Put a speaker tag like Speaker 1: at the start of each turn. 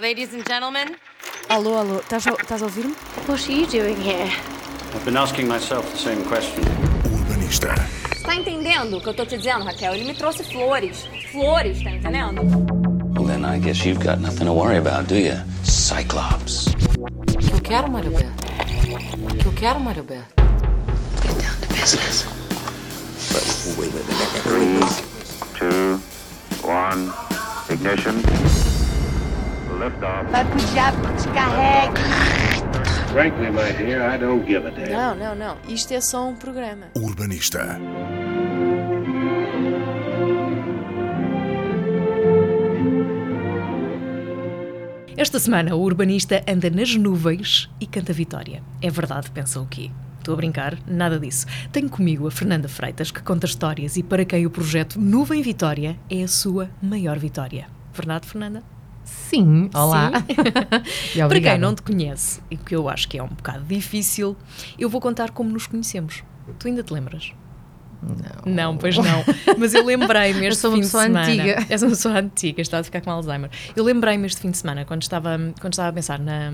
Speaker 1: Ladies and gentlemen,
Speaker 2: Alô, alô, estás a, estás a ouvir-me?
Speaker 3: What are you doing here?
Speaker 4: I've been asking myself the same question.
Speaker 5: O urbanista.
Speaker 6: Tá entendendo o que eu tô te dizendo, Raquel? Ele me trouxe flores. Flores, tá entendendo?
Speaker 7: Well, then I guess you've got nothing to worry about, do you? Cyclops.
Speaker 8: O que eu quero, Mário Beto? O que eu quero, Mário Beto?
Speaker 3: Get down to business.
Speaker 9: two, one, ignition. Liftoff.
Speaker 10: Vai pro diabo, descarrega.
Speaker 9: Frankly, my dear, I don't give a damn.
Speaker 2: Não, não, não. Isto é só um programa.
Speaker 5: O urbanista.
Speaker 11: Esta semana, o urbanista anda nas nuvens e canta vitória. É verdade, pensam o quê? Estou a brincar, nada disso. Tenho comigo a Fernanda Freitas, que conta histórias e para quem o projeto Nuvem Vitória é a sua maior vitória. Verdade, Fernanda?
Speaker 12: Sim, olá.
Speaker 11: Sim.
Speaker 12: E
Speaker 11: para quem
Speaker 12: obrigada.
Speaker 11: não te conhece, e que eu acho que é um bocado difícil, eu vou contar como nos conhecemos. Tu ainda te lembras? Não. pois não. Mas eu lembrei-me
Speaker 12: Eu
Speaker 11: este
Speaker 12: sou uma
Speaker 11: fim de
Speaker 12: pessoa
Speaker 11: semana.
Speaker 12: antiga.
Speaker 11: És uma pessoa antiga, está a ficar com Alzheimer. Eu lembrei-me este fim de semana, quando estava, quando estava a pensar na,